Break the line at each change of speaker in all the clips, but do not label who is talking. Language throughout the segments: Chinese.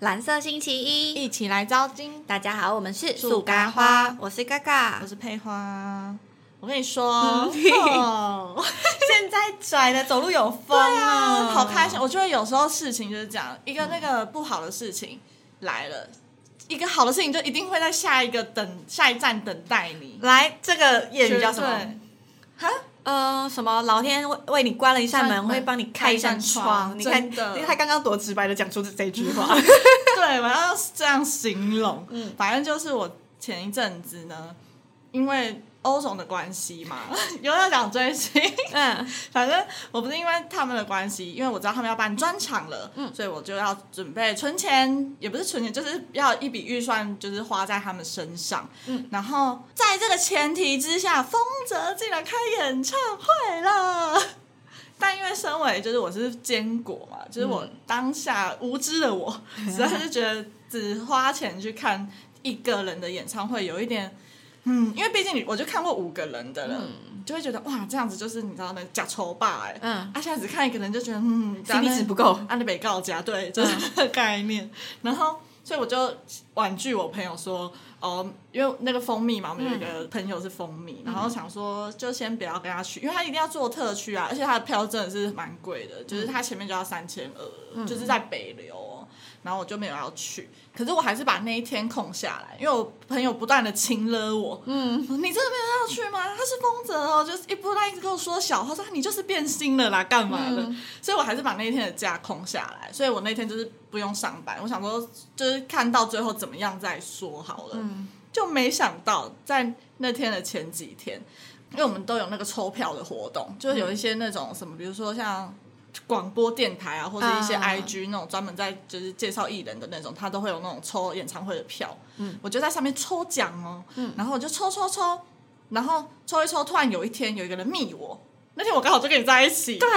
蓝色星期一，
一起来招金。
大家好，我们是
树咖花
我是嘎嘎
我。是佩花，我跟你说，
嗯
哦 现在拽的走路有风啊，好开心！我觉得有时候事情就是这样，一个那个不好的事情来了，一个好的事情就一定会在下一个等下一站等待你。
来，这个谚语叫什
绝
么
对？
呃，什么？老天为为你关了一扇
扇
门，
门
会帮你开一扇窗。
开一扇窗
你
真
看，
的
你看他刚刚多直白的讲出这这句 话。
对，我要这样形容。
嗯
嗯，反正就是我前一阵子呢，因为欧总的关系嘛， 又要讲追星，
嗯，
反正我不是因为他们的关系，因为我知道他们要办专场了，所以我就要准备存钱，也不是存钱，就是要一笔预算，就是花在他们身上。
嗯
然后在这个前提之下，丰泽竟然开演唱会了。 但因为身为就是我是坚果嘛，就是我当下无知的我，实在是觉得只花钱去看一个人的演唱会有一点，嗯，因为毕竟你我就看过五个人的了，就会觉得哇，这样子就是你知道那假丑霸哎、
嗯
啊，现在只看一个人就觉得嗯
CP 值不够嗯
安利北告家对，就是这个概念。然后，所以我就婉拒我朋友说，哦，因为那个蜂蜜嘛，我们有一个朋友是蜂蜜，
嗯
然后想说就先不要跟他去，因为他一定要坐特区啊，而且他的票真的是蛮贵的，
嗯
就是他前面就要三千二，就是在北流哦。然后我就没有要去，可是我还是把那一天空下来，因为我朋友不断的亲了我，嗯，你真的没有要去吗？他是风泽哦，就是一不断一直跟我说小，他说你就是变心了啦，干嘛的？所以我还是把那一天的假空下来，所以我那天就是不用上班，我想说就是看到最后怎么样再说好了，就没想到在那天的前几天，因为我们都有那个抽票的活动，就是有一些那种什么，比如说像。广播电台啊，或者一些
啊
IG 那种专门在就是介绍艺人的那种，他都会有那种抽演唱会的票。嗯，我就在上面抽奖哦，然后我就抽抽抽，然后抽一抽，突然有一天有一个人密我，那天我刚好就跟你在一起，
对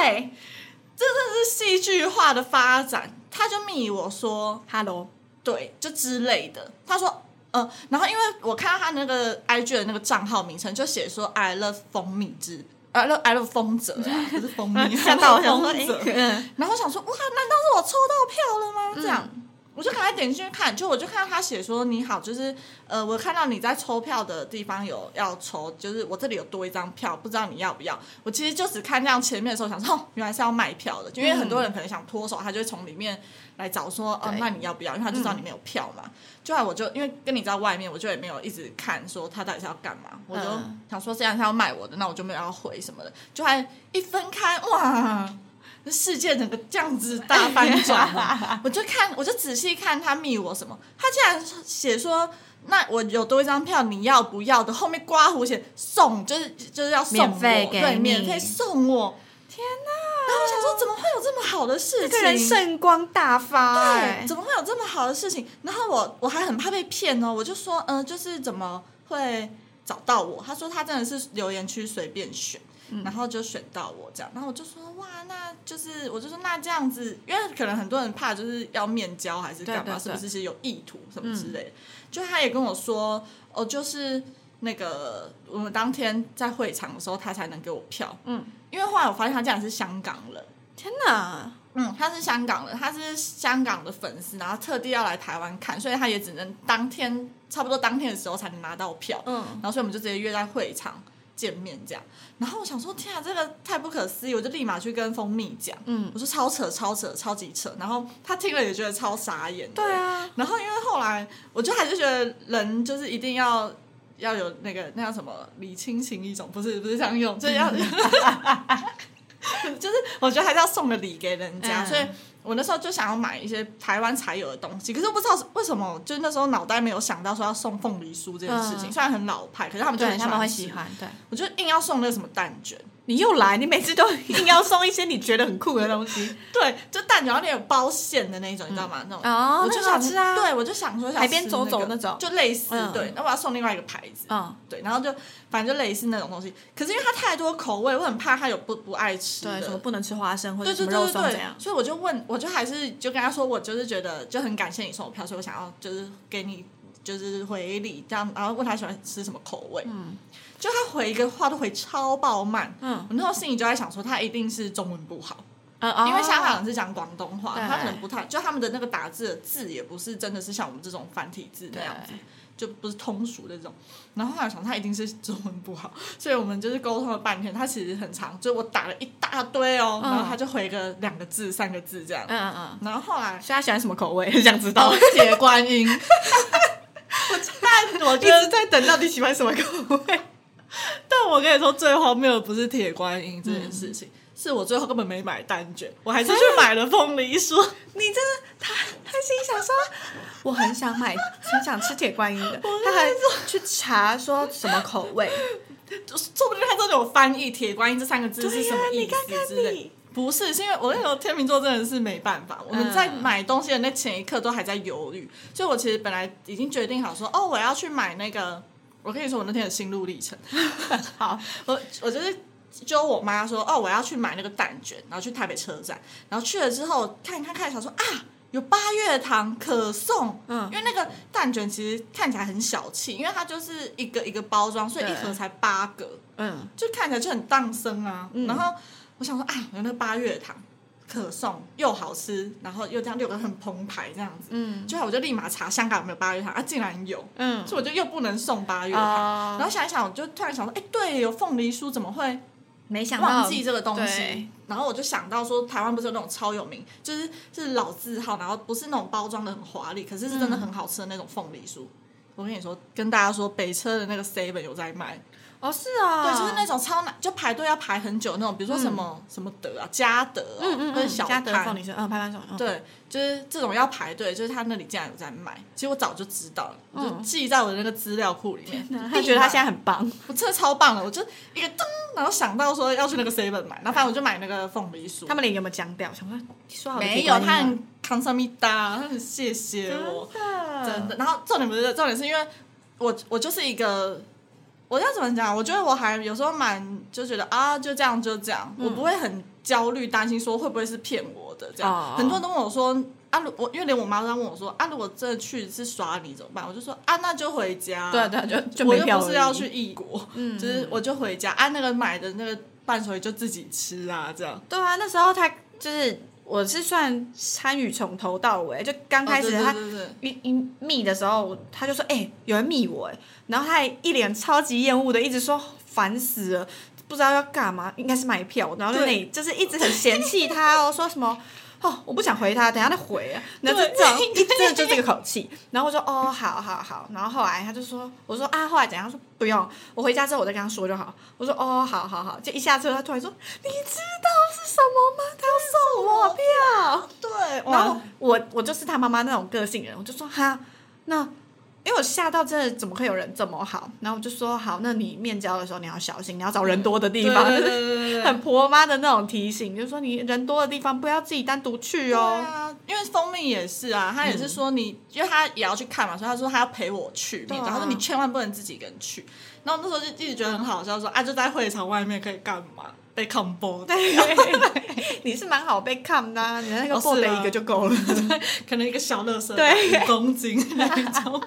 这真的是戏剧化的发展。他就密我说，
，Hello，
对，就之类的。他说，呃，然后因为我看到他那个 IG 的那个账号名称，就写说 I love 蜂蜜之，I love I love 风泽啊、不是蜂蜜，
吓到我想说，
风
哎
泽，
嗯
然后想说，哇，难道是我抽到票了吗？这样，我就赶快点进去看，就我就看到他写说你好，就是呃，我看到你在抽票的地方有要抽，就是我这里有多一张票，不知道你要不要。我其实就只看这样前面的时候，想说哦，原来是要卖票的，因为
嗯
很多人可能想脱手，他就会从里面来找说，哦、
对嗯
那你要不要？因为他就知道你没有票嘛。就后来我就因为跟你在外面，我就也没有一直看说他到底是要干嘛，我就
嗯
想说既然他要卖我的，那我就没有要回什么的。就还一分开，哇！那世界整个这样子大翻转 啊，我就看，我就仔细看他密我什么，他竟然写说，那我有多一张票，你要不要的？后面刮胡写送，就是就是要送我，
免费给
对，
你
免费送我。天哪！然后我想说，怎么会有这么好的事
这
情？
个人圣光大发
对，
哎，
怎么会有这么好的事情？然后我我还很怕被骗哦，我就说，嗯、就是怎么会找到我？他说他真的是留言区随便选。
嗯
然后就选到我这样，然后我就说哇，那就是我就说那这样子，因为可能很多人怕就是要面交还是干嘛，
对对对嗯
是不是是有意图什么之类的？就他也跟我说，哦，就是那个我们当天在会场的时候，他才能给我票，
嗯，
因为后来我发现他竟然是香港人，
天哪，
嗯，他是香港的，他是香港的粉丝，然后特地要来台湾看，所以他也只能当天差不多当天的时候才能拿到票，
嗯
然后所以我们就直接约在会场见面这样。然后我想说，天啊，这个太不可思议，我就立马去跟蜂蜜讲，
嗯，
我说超扯超扯超级扯，然后他听了也觉得超傻眼，
对。啊，
然后因为后来，我就还是觉得人就是一定要要有那个那叫什么理清情一种，不是不是这样用，就是
嗯
要， 就是我觉得还是要送个礼给人家，
嗯
所以。我那时候就想要买一些台湾才有的东西，可是我不知道为什么，就那时候脑袋没有想到说要送凤梨酥这件事情。
嗯
虽然很老派，可是他们就
对，
很
他们会
吃
喜。欢，对。
我就硬要送那个什么蛋卷，
你又来，你每次都硬要送一些你觉得很酷的东西，
对，就蛋卷，然后那有包馅的那一种，你知道吗？那种
哦
我就
那个好
想
吃啊
对，我就想说想
海边
吃
走走
那
那种
个就类似
嗯
对。那我要送另外一个牌子，
嗯，
对，然后就反正就类似那种东西。可是因为它太多口味，我很怕他有不不爱吃的。
对，什么不能吃花生或者
对
什
对
么肉
对对
松这
对
样，，
所以我就问，我就还是就跟他说，我就是觉得就很感谢你送我票，所以我想要就是给你就是回礼这样，然后问他喜欢吃什么口味，嗯，就他回一个话都回超爆慢，
嗯
我那时候心里就在想说他一定是中文不好，
呃哦
因为香港人是讲广东话，
对
他可能不太，就他们的那个打字的字也不是真的是像我们这种繁体字那样子
对，
就不是通俗的这种。然后后来想哎他一定是中文不好，所以我们就是沟通了半天。他其实很长，就我打了一大堆哦，
嗯
然后他就回个两个字、三个字这样。
嗯嗯嗯，
然后后 来
所以他喜欢什么口味？ 想知道
哦，铁观音， 但我
一
觉得
直在等到底喜欢什么口味。
但我跟你说，最荒谬的不是铁观音这件事情，
嗯
是我最后根本没买蛋卷，我还是 去买了凤梨酥。
你真的，他他心里想说，我很想买，很想吃铁观音的。他还去查说什么口味，
就是说不定他真的有翻译“铁观音”这三个字是什么意
对呀你看
思
看
之类
你。
不是，是因为我那时候天秤座真的是没办
嗯
法，我们在买东西的那前一刻都还在犹豫，所以我其实本来已经决定好说，哦，我要去买那个。我跟你说，我那天的心路 历程。好，我我就是就我妈说，哦，我要去买那个蛋卷，然后去台北车站，然后去了之后看一看看一下，想说啊，有八月堂可颂，
嗯
因为那个蛋卷其实看起来很小气，因为它就是一个一个包装，所以一盒
对
才八个，
嗯，
就看起来就很荡生啊。然后我想说啊，有那八月糖可颂又好吃，然后又这样六个很澎湃这样子。
嗯
就后来我就立马查香港有没有八月糖啊，竟然有，
嗯
所以我就又不能送八月糖。然
啊，
后想一想，我就突然想说，哎、对，有凤梨酥，怎么会
没想到
忘记这个东
对
西？然后我就想到说，台湾不是有那种超有名，就是是老字号，然后不是那种包装的很华丽，可是是真的
嗯
很好吃的那种凤梨酥。我跟你说，跟大家说，北车的那个 seven 有在卖，
哦，是啊，
对，就是那种超难，就排队要排很久那种，比如说什么、什么德啊、嘉德哦，
嗯嗯
或者
嗯，
小
嘉德凤
潘
梨，酥，嗯，拍拍手，嗯，
对，就是这种要排队，就是他那里竟然有在卖，其实我早就知道了，我就
嗯
记在我的那个资料库里面。
他觉得他现在很棒，
我真的超棒了，我就一个噔，然后想到说要去那个 seven 买，然后反正我就买那个凤梨酥，
他们脸有没有僵掉？想说说好的啊
没
铁
有，
观音
他
呢
很康萨米达，他很谢谢我，
嗯
真的。然后重点不是这个重点，是因为我我就是一个，我要怎么讲？我觉得我还有时候蛮就觉得啊，就这样就这样，
嗯
我不会很焦虑担心说会不会是骗我的这样。
哦
很多人都问我说啊，如我因为连我妈都在问我说啊，如果真的去是耍你怎么办？我就说啊，那就回家。
对对，就就
我
没
又
票
不是
而
要
已嗯
去，异国，就是我就回家啊，那个买的那个伴手礼就自己吃啊，这样。
对啊，那时候他就是我是算参与从头到尾，就刚开
哦
始
对对
他
对对对
一一密的时候，他就说：“哎、有人密我。”哎，然后他还一脸超级厌恶的，一直说烦死了，不知道要干嘛，应该是买票。然后就
对
那里就是一直很嫌弃他哦，说什么。哦，我不想回他，等一下再回啊。然后就这样，一真的就这个口气。然后我说哦，好好好。然后后来他就说，我说啊，后来怎样？他说不用，我回家之后我再跟他说就好。我说哦，好好好。就一下车，他突然说，你知道是什么吗？他要送我票。
对，
然
然
后
后
我我就是他妈妈那种个性人，我就说哈，那因为我吓到真的怎么会有人这么好？然后我就说好，那你面交的时候你要小心，你要找人多的地方，
对
就
对
是
对对对对
很婆妈的那种提醒，就是说你人多的地方不要自己单独去
对
哦。嗯
啊，因为蜂蜜也是啊，他也是说你，因为他也要去看嘛，所以他说他要陪我去，
对啊
然后说你千万不能自己一个人去。然后那时候就一直觉得很好笑，说啊，就在会场外面可以干嘛？被 combo，
啊 你是蛮好被看的、啊，你的那个
哦
破
是
杯
啊
一个就够了。
可能一个小乐色，
对
五公斤那一种。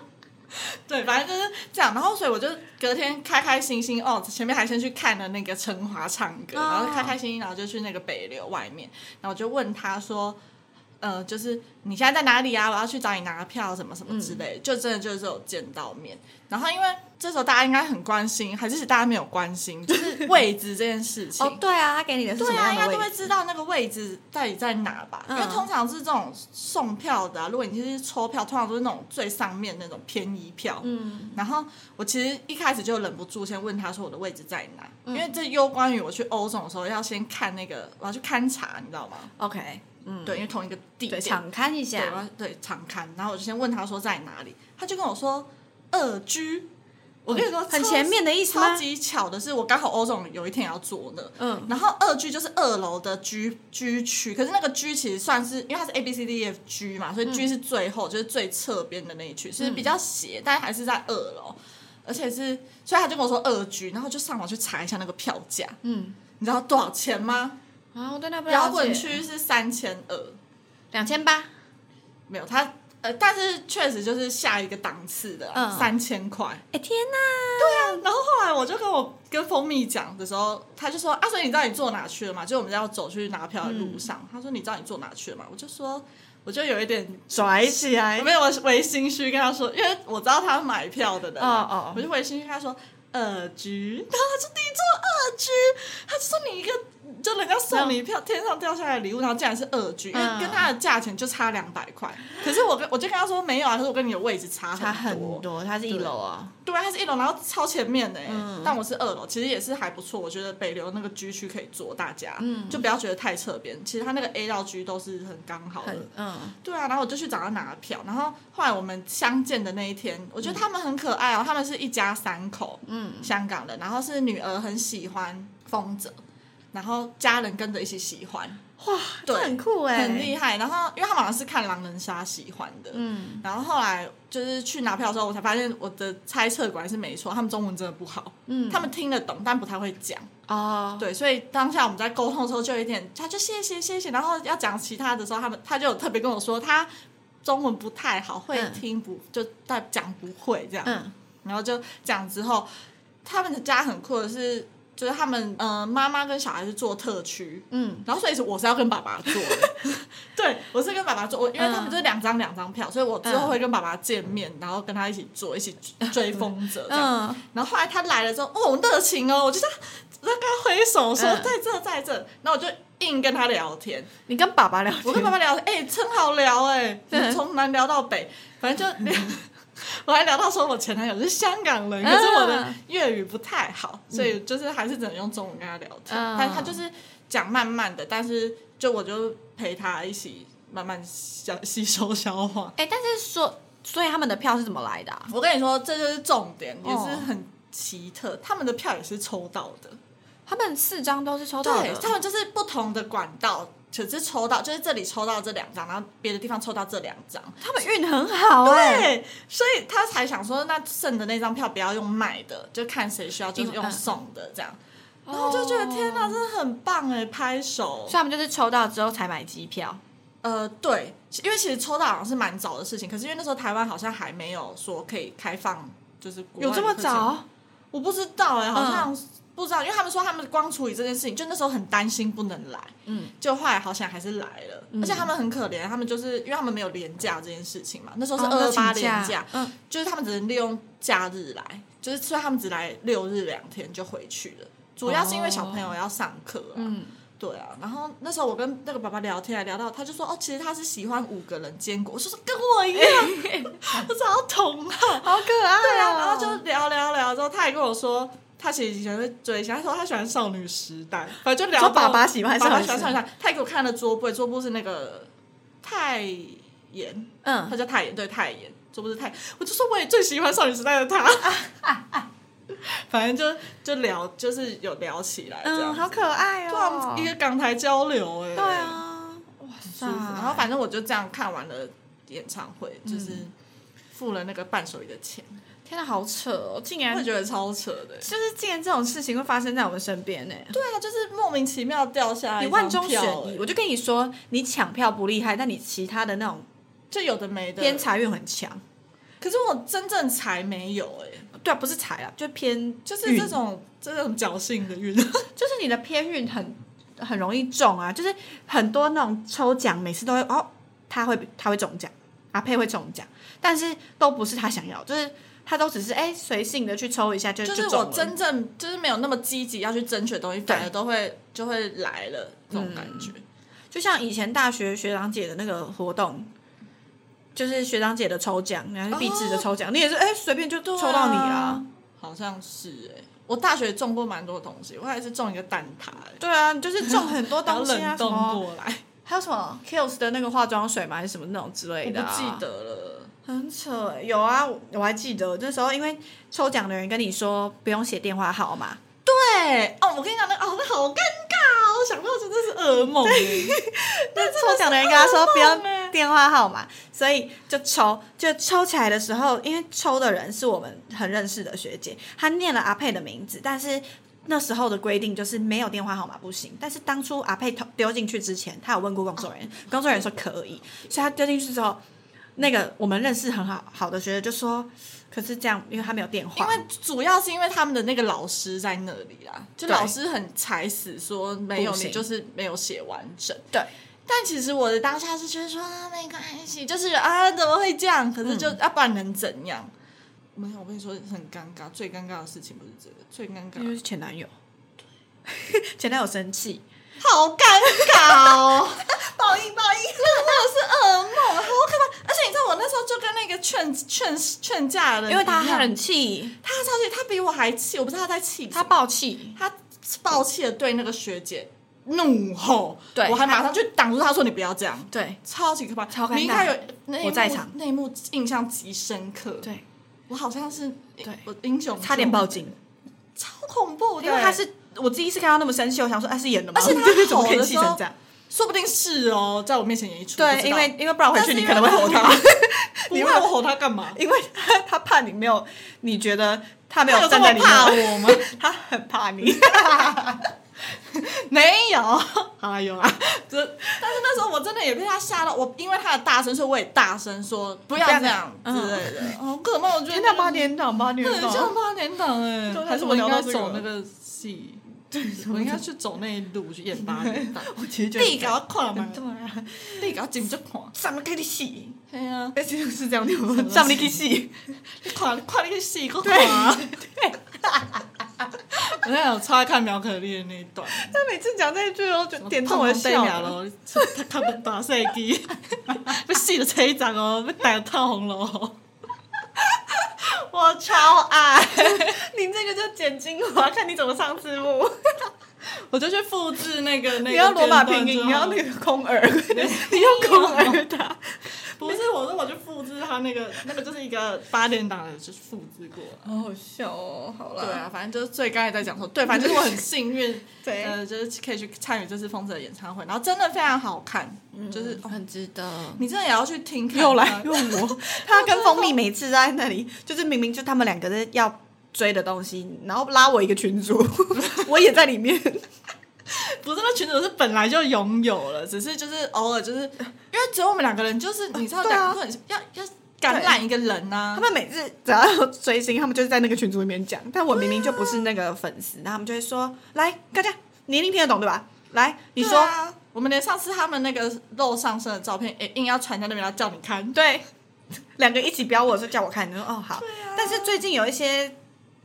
对，反正就是这样。然后，所以我就隔天开开心心哦，前面还先去看了那个陈华唱歌，
哦
然后开开心心，然后就去那个北流外面，然后我就问他说。呃，就是你现在在哪里啊？我要去找你拿票，什么什么
嗯
之类的，就真的就是有见到面。然后因为这时候大家应该很关心，还是大家没有关心，就是位置这件事情。
哦，对啊，他给你的是什
对
么
啊，
样
应
的
该
位
都会
置？
知道那个位置到底在哪吧？
嗯
因为通常是这种送票的、啊，如果你是抽票，通常都是那种最上面那种便宜票。
嗯，
然后我其实一开始就忍不住先问他说我的位置在哪，
嗯
因为这攸关于我去欧总的时候要先看那个，我要去勘察，你知道吗？
OK，嗯，
对，因为同一个地
对，啊
点，
敞开一
对我
下
要，对场刊，然后我就先问他说在哪里，他就跟我说二居。我跟你说，
嗯很
超
前面的意思
超
吗？
级巧的是，我刚好欧总有一天也要做呢。
嗯
然后二居就是二楼的居居区，可是那个居其实算是，因为它是 A B C D E F G 嘛，
嗯
所以居是最后，就是最侧边的那一区，其实比较斜，但还是在二楼，而且是，所以他就跟我说二居，然后就上网去查一下那个票价，
嗯，
你知道多少钱吗？
啊，我对那不了解
摇滚区是三千二，
两千八，
没有，他呃，但是确实就是下一个档次的啊
嗯
三千块。
哎天哪！
然后后来我就跟我跟蜂蜜讲的时候，他就说：“阿、啊水，你知道你坐哪去了吗？”就我们要走去拿票的路
嗯
上，他说：“你知道你坐哪去了吗？”我就说：“我就有一点
拽起来
没有，我微心虚跟他说，因为我知道他买票的人嘛，
哦哦
我就微心虚跟他说二局， 然后他说你做二局，他就说你一个就人家送你票，天上掉下来的礼物，然后竟然是二局，因为
嗯
跟他的价钱就差两百块，可是我跟我就跟他说没有啊，可是我跟你的位置差
差
很
很多，它是一楼啊，
对啊，他是一楼，然后超前面的、欸，
嗯
但我是二楼，其实也是还不错。我觉得北流那个 G 区可以坐，大家、
嗯
就不要觉得太侧边。其实他那个 A 到 G 都是很刚好的
很，嗯
对啊，然后我就去找他拿票，然后后来我们相见的那一天，我觉得他们很可爱哦，他们是一家三口，
嗯，
香港人，然后是女儿很喜欢风筝，然后家人跟着一起喜欢，
哇，
对
这很酷哎，
很厉害。然后因为他们好像是看狼人杀喜欢的，
嗯，
然后后来就是去拿票的时候，我才发现我的猜测果然是没错，他们中文真的不好，
嗯
他们听得懂但不太会讲。
哦，
对，所以当下我们在沟通的时候就有一点，他就谢谢谢谢，然后要讲其他的时候，他们他就有特别跟我说，他中文不太好，会
嗯
听不、就但讲不会这样，
嗯
然后就讲之后，他们的家很酷的是，就是他们呃妈妈跟小孩是做特区。
嗯
然后所以是我是要跟爸爸做 的，对我是跟爸爸做，我因为他们就是两张两张
嗯
票，所以我之后会跟爸爸见面，然后跟他一起做，一起追风筝这样。
嗯，
然后后来他来了之后，哦，热情哦，我就这样在跟他挥手说、
嗯
在这在这，然后我就硬跟他聊天，
你跟爸爸聊天，
我跟爸爸聊，哎、真好聊哎、
嗯
从南聊到北，反 正就聊，我还聊到说我前男友是香港人，可是我的
嗯
粤语不太好，所以就是还是只能用中文跟他聊天，
嗯
但他就是讲慢慢的，但是就我就陪他一起慢慢消吸收消化，
哎，但是说，所以他们的票是怎么来的啊？
我跟你说，这就是重点，也是
哦
很奇特。他们的票也是抽到的，
他们四张都是抽到
对
的，
他们就是不同的管道，只是抽到，就是这里抽到这两张，然后别的地方抽到这两张。
他们运很好哎，
对，哦所以他才想说，那剩的那张票不要用卖的，就看谁需要，就是用
嗯
送的这样。
哦
然后我就觉得天哪，真的很棒哎，拍手
所以。他们就是抽到之后才买机票，
呃，对，因为其实抽到好像是蛮早的事情，可是因为那时候台湾好像还没有说可以开放，就是国外
有这么
的课程
早？
我不知道哎、好像不知道，因为他们说他们光处理这件事情，就那时候很担心不能来，
嗯，
就后来好像还是来了，
嗯
而且他们很可怜，他们就是因为他们没有廉价这件事情嘛，那时候是
哦
二
那
二八
请
廉
假
价，
嗯，
就是他们只能利用假日来，就是所以他们只来六日两天就回去了，主要是因为小朋友要上课、啊，
哦嗯，
对啊，然后那时候我跟那个爸爸聊天，还聊到他就说哦，其实他是喜欢五个人坚果，我就说跟我一样， 我超同啊，
好可爱
对啊，
哦
然后就聊聊聊之后，他也跟我说，他其实以前会追星，他说他喜欢少女时代，反正就聊
说
到
爸爸喜欢
爸
少
爸
女
喜欢
时
少女时代，他也给我看了桌布，桌布是那个泰妍，他
嗯，
叫泰妍，对泰妍，桌布是泰，我就说我也最喜欢少女时代的他， 反正就就聊，就是有聊起来这样
嗯，
子，
好可爱
对啊我
哦
们，一个港台交流哎、
对啊，哇塞，
舒服，然后反正我就这样看完了演唱会，就是付了那个伴手礼的钱，
天哪，好扯哦，竟然
会觉得超扯的、欸
就是竟然这种事情会发生在我们身边呢。
对啊，就是莫名其妙掉下来
你
一
万
张
中
票、
选一，
欸
我就跟你说，你抢票不厉害，但你其他的那种
就有的没的
偏。财运很强。
可是我真正才没有哎、
对啊，不是财啊，就偏
就是这
运
种这种侥幸的运。
就是你的偏运很很容易中啊，就是很多那种抽奖每次都会哦，他会他会中奖，阿佩会中奖，但是都不是他想要，就是他都只是哎随、性的去抽一下就
就是
中
我
了
真正就是没有那么积极要去争取的东西，反而都会就会来了这种
嗯
感觉。
就像以前大学学长姐的那个活动。就是学长姐的抽奖，然后是壁纸
哦
的抽奖，你也是哎随、便就抽到你啊，
好像是哎、我大学中过蛮多东西，我还是中一个蛋挞、欸，
对啊，你就是中很多
然后
东西啊，
冷
什
冻
么
过来，
还有什么 Kills 的那个化妆水嘛，还是什么那种之
我
类
不
的、啊，
记得了。
很扯欸，有啊，我我还记得那时候，因为抽奖的人跟你说不用写电话号码，
对哦，我跟你讲，那哦，那好尴尬哦，我想到真的是噩梦 欸。
那抽奖的人跟他说不
噩梦欸
要电话号码，所以就抽，就抽起来的时候，因为抽的人是我们很认识的学姐，她念了阿佩的名字，但是那时候的规定就是没有电话号码不行，但是当初阿佩投丢进去之前，她有问过工作人员，工作人员说可以，所以她丢进去之后。那个我们认识很好好的学姐就说，可是这样，因为他没有电
因
话，
为主要是因为他们的那个老师在那里啦，就
对
老师很踩死说没有
不行
你就是没有写完整。
对，
但其实我的当下是觉得说啊没关系，就是啊怎么会这样？可是
嗯
就、啊不然能怎样？没有，我跟你说很尴尬，最尴尬的事情不是这个，最尴
因
尬，
为是前男友， 前男友生气，
好尴尬哦！报应报应，真的是噩梦，好可怕！而且你知道我那时候就跟那个劝劝劝架的人一样，
因为他很气，
他超级他比我还气，我不知道他在气什么
他爆气，
他抱歉的对那个学姐怒吼，
对
我还马上去挡住他说你不要这样，
对
超级可怕，
超尴尬
明他有那一幕
我在场
那一幕印象极深刻，，
对，
我好像是
对
我英雄
差点报，警，
超恐怖的，
因为他是我第一次看到那么生气，我想说啊他是演的吗？
而且他
这个怎么可
吼
以
的
气
时候
成这样？
说不定是哦，在我面前演一出，不
对，
知道
因为因为不然回去
但是
你
因
可
为
能会吼他，
不会我吼他干嘛？
因为他他怕你没有，你觉得他没
他有这
站在
么
你
怕
那，
我吗？
他很怕 你，
没有，啊有啊，这但是那时候我真的也被他吓到，我因为他的大声，所以我也大声说不要这样之
嗯
类的，好可怕，我觉得
天哪，八点档，八点
对，像
档，
八点档哎
对，
还是我应
聊
该
到这个
走那个戏，对，我应该去走那一路去演八点 档，
我其实觉
你给
得
我看嘛，
对啊，
你给我紧就看，
上面开的 戏，
嘿啊，
哎，就是这样的，上面开戏，
你看你看那个戏，我看啊， 我那有超爱看苗可丽的那一段，
他每次讲这一句哦，就点中我的笑
了
了。
咯， 他看不大世 纪，要死就车站哦，要戴透红咯。我超爱，
你这个就剪精华，看你怎么上字幕。
我就去复制那个那个。
你要罗马拼音，你要那个空耳， 你用空耳 打。
不是，我说我去复制他那个那个，就是一个八点档的，就是复制过。
好好笑哦，好
对啊，反正就是最刚才在讲说，对，反正就是我很幸 运，
对啊
呃，就是可以去参与这次风筝的演唱会，然后真的非常好看，就是、哦
呃很值得。
你真的也要去听看
又来
看
又我， 他跟蜂蜜每次都在那里，就是明明就他们两个在要追的东西，然后拉我一个群 主，我也在里面。
不是那群主是本来就拥有了，只是就是偶尔就是，因为只有我们两个人，就是你知道
对啊
两个人要要感染一个人啊呐、
他们每次只要有追星，他们就是在那个群组里面讲，但我明明就不是那个粉丝，然后他们就会说：“来，大家，你一定听得懂对啊吧？来，你
你
说
说、我们连上次他们那个露上身的照片，也硬要传到那边要叫你看，
对，两个一起标我说叫我看，你说哦好、但是最近有一些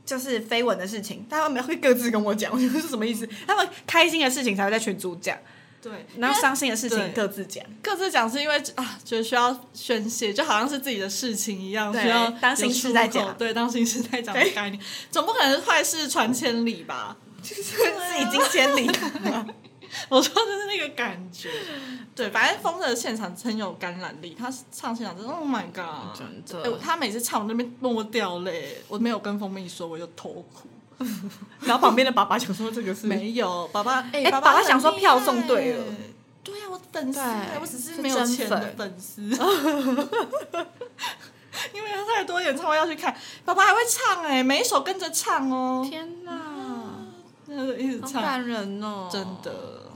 就是绯闻的事情，他们会各自跟我讲， 我就是什么意思？他们开心的事情才会在群组讲，
对，
然后伤心的事
对
情各自讲。
各自讲是因为啊，觉得需要宣泄，就好像是自己的事情一样，
对
需要
当心事在讲
有出口对，当心事在讲的
对
概念，总不可能坏事传千里吧？
是已经千里，啊
我说就是那个感觉，对，反正风的现场很有感染力，他唱现场真的，Oh my god！
真
哎、
的
他每次唱我那边默默掉泪，我没有跟蜂蜜说，我就偷哭。
然后旁边的爸爸想说这个是
没有，爸爸，哎、
哎
爸
爸爸
很
想说
厉
票送对
害
了。
对啊，我粉丝
对
哎，我只是
是
没有
真
钱的
粉
粉 丝。因为他太多演唱会要去看，爸爸还会唱哎、每一首跟着唱哦，
天哪，
那一直唱，
人哦
真。的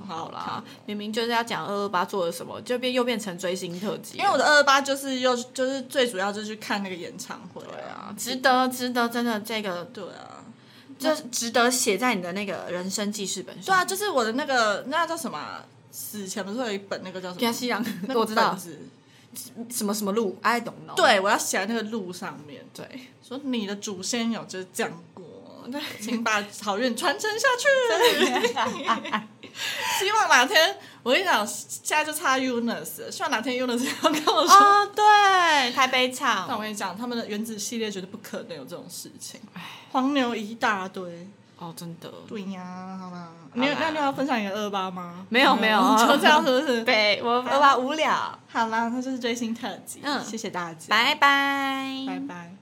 好
好
啦
啦。，明明就是要讲二二八做了什么，就变又变成追星特辑了。
因为我的二二八就是又就是最主要就是去看那个演唱会啊，
值得，值得，真的这个
对啊，
这值得写在你的那个人生记事本上。
对啊，就是我的那个那叫什么啊、死前不是有一本那个叫什
给他
么？
吸氧，
那个
我知道
本子哦
什么什么路，I don't know。
对，我要写在那个路上面，
对，哦
说你的祖先有就是这样过，请把好运传承下 去。希望哪天，我跟你讲，现在就差 Unis，了希望哪天 Unis 要跟我说。
哦，对，台北
但
场，
我跟你讲，他们的原子系列绝对不可能有这种事情，黄牛一大堆。
哦，真的，
对呀、好啦，
啦
你有那你要分享你的二八吗？嗯
没有没有
就这样是不 是？
对我爸爸无聊，
好啦，那就是追星特辑，
嗯
谢谢大家，
拜拜，
拜拜。